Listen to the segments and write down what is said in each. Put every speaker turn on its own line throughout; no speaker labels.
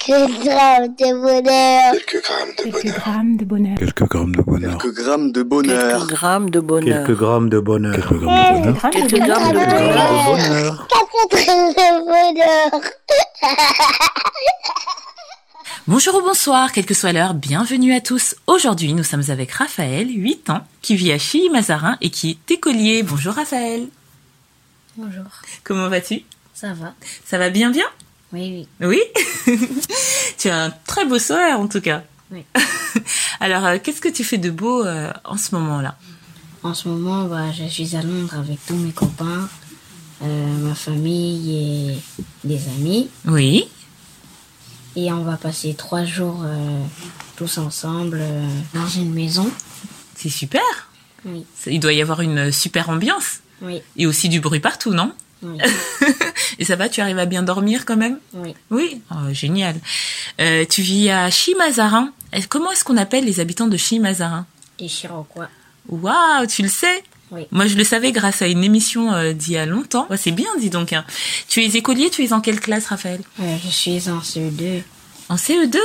Quelques grammes de bonheur.
Quelques grammes de
Quelques
bonheur.
grammes de bonheur.
Quelques grammes de bonheur.
Quelques grammes de
Quelques
bonheur.
grammes de bonheur.
Quelques grammes de bonheur.
Quelques grammes de bonheur.
Quelques
Quelques
grammes
grammes
de
de
bonheur.
bonheur.
Quatre grammes de bonheur.
Bonjour ou bonsoir, quelle que soit l'heure, bienvenue à tous. Aujourd'hui, nous sommes avec Raphaël, 8 ans, qui vit à Chilly-Mazarin et qui est écolier. Bonjour Raphaël.
Bonjour,
Comment vas-tu
ça va
Ça va bien bien
Oui, oui.
Oui Tu as un très beau sourire en tout cas.
Oui.
Alors, euh, qu'est-ce que tu fais de beau euh, en ce moment-là
En ce moment, bah, je suis à Londres avec tous mes copains, euh, ma famille et des amis.
Oui.
Et on va passer trois jours euh, tous ensemble euh, dans une maison.
C'est super.
Oui,
Ça- Il doit y avoir une super ambiance
oui,
et aussi du bruit partout, non
oui,
Et ça va, tu arrives à bien dormir quand même
oui.
Oui, Oh, génial. Euh, tu vis à Chimazarin. Est- Comment est-ce qu'on appelle les habitants de Chimazarin
Des Chiroquois.
Waouh, tu le sais
Oui.
Moi, je le savais grâce à une émission euh, d'il y a longtemps. Ouais, c'est bien, dis donc. hein. Tu es écolier, tu es en quelle classe, Raphaël
Euh, je suis en CE2.
En CE2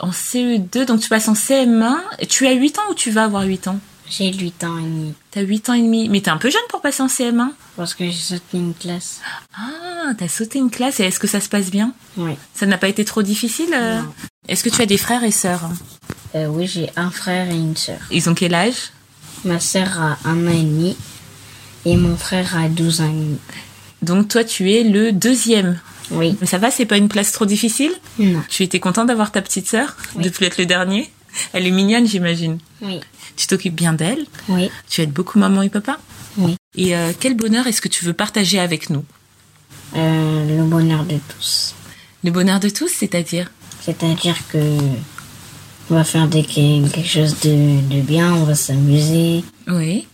En CE2, donc tu passes en CM1. Tu as 8 ans ou tu vas avoir 8 ans
J'ai 8 ans et demi
T'as 8 ans et demi. Mais t'es un peu jeune pour passer en CM1.
parce que j'ai sauté une classe.
Ah, t'as sauté une classe. Et est-ce que ça se passe bien
Oui,
Ça n'a pas été trop difficile euh
Non.
Est-ce que tu as des frères et sœurs
Euh, oui j'ai un frère et une sœur.
Ils ont quel âge
Ma sœur a un an et demi et mon frère a 12 ans et demi.
Donc toi, tu es le deuxième.
Oui,
Mais ça va, c'est pas une place trop difficile
non,
Tu étais content d'avoir ta petite sœur, de plus être le dernier Elle est mignonne, j'imagine.
oui,
Tu t'occupes bien d'elle,
oui.
tu aides beaucoup maman et papa.
Oui.
Et euh, quel bonheur est-ce que tu veux partager avec nous
Euh, le bonheur de tous.
Le bonheur de tous, c'est-à-dire
C'est-à-dire que on va faire des, quelque chose de, de bien, on va s'amuser
Oui.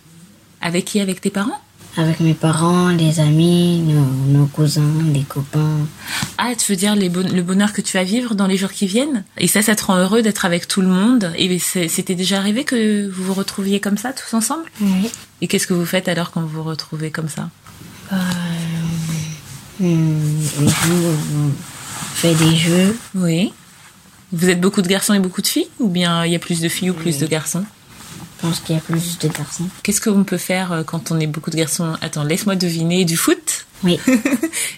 Avec qui Avec tes parents
avec mes parents, les amis, nos, nos cousins, les copains.
Ah, tu veux dire les bon- le bonheur que tu vas vivre dans les jours qui viennent Et ça, ça te rend heureux d'être avec tout le monde Et c'est- c'était déjà arrivé que vous vous retrouviez comme ça, tous ensemble
Oui.
Et qu'est-ce que vous faites alors quand vous vous retrouvez comme ça
on joue, Euh, on fait des jeux.
Oui. Vous êtes beaucoup de garçons et beaucoup de filles Ou bien il y a plus de filles ou plus de garçons
Je pense qu'il y a plus de garçons.
Qu'est-ce qu'on peut faire euh, quand on est beaucoup de garçons Attends, laisse-moi deviner. Du foot
Oui,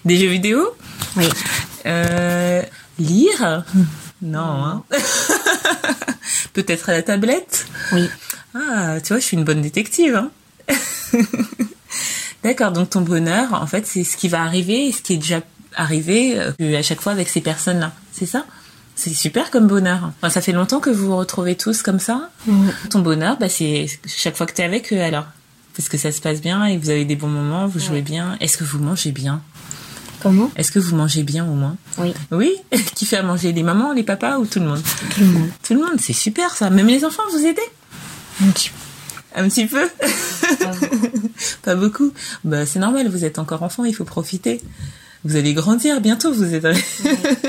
Des jeux vidéo
oui.
euh, Lire Non. hein. Peut-être à la tablette
Oui.
Ah, tu vois, je suis une bonne détective. hein. D'accord, donc ton bonheur, en fait, c'est ce qui va arriver et ce qui est déjà arrivé euh, à chaque fois avec ces personnes-là. C'est ça c'est super comme bonheur. Enfin, ça fait longtemps que vous vous retrouvez tous comme ça. Ton bonheur, bah, c'est chaque fois que tu es avec eux alors. Parce que ça se passe bien et vous avez des bons moments, vous jouez bien. Est-ce que vous mangez bien
Comment
Est-ce que vous mangez bien au moins
Oui.
Oui Qui fait à manger Les mamans, les papas ou tout le monde
Tout le monde.
Tout le monde, c'est super ça. Même les enfants, vous aidez
Un petit peu.
Un petit peu
Ah oui.
Pas beaucoup. Bah, c'est normal, vous êtes encore enfant, il faut profiter. Vous allez grandir bientôt, vous êtes.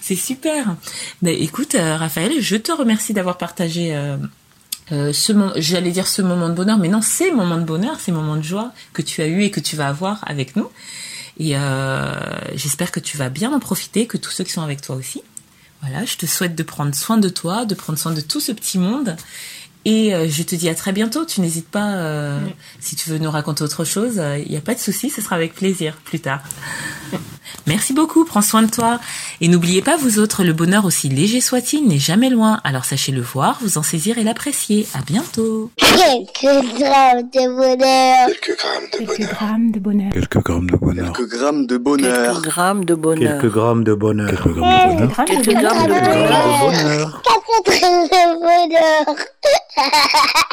c'est super. Bah, écoute, euh, Raphaël, je te remercie d'avoir partagé. euh, euh, ce mo- j'allais dire ce moment de bonheur, mais non, ces moments de bonheur, ces moments de joie que tu as eu et que tu vas avoir avec nous. Et euh, j'espère que tu vas bien en profiter, que tous ceux qui sont avec toi aussi. Voilà, je te souhaite de prendre soin de toi, de prendre soin de tout ce petit monde. Et euh, je te dis à très bientôt. Tu n'hésites pas, euh, si tu veux nous raconter autre chose, il n'y a pas de souci, ce sera avec plaisir plus tard. Merci beaucoup, prends soin de toi. Et n'oubliez pas, vous autres, le bonheur, aussi léger soit-il, n'est jamais loin. Alors sachez le voir, vous en saisir et l'apprécier. À bientôt.
Quelques grammes de bonheur.
Quelques grammes de
Quelques
bonheur.
grammes de bonheur.
Quelques grammes
Quelques grammes
de bonheur.
de
Quelques
bonheur.
grammes de bonheur.
Quelques grammes de bonheur.
Quelques grammes de bonheur.
Quelques grammes de
Quelques
bonheur.
grammes de bonheur.
Quatre grammes de bonheur.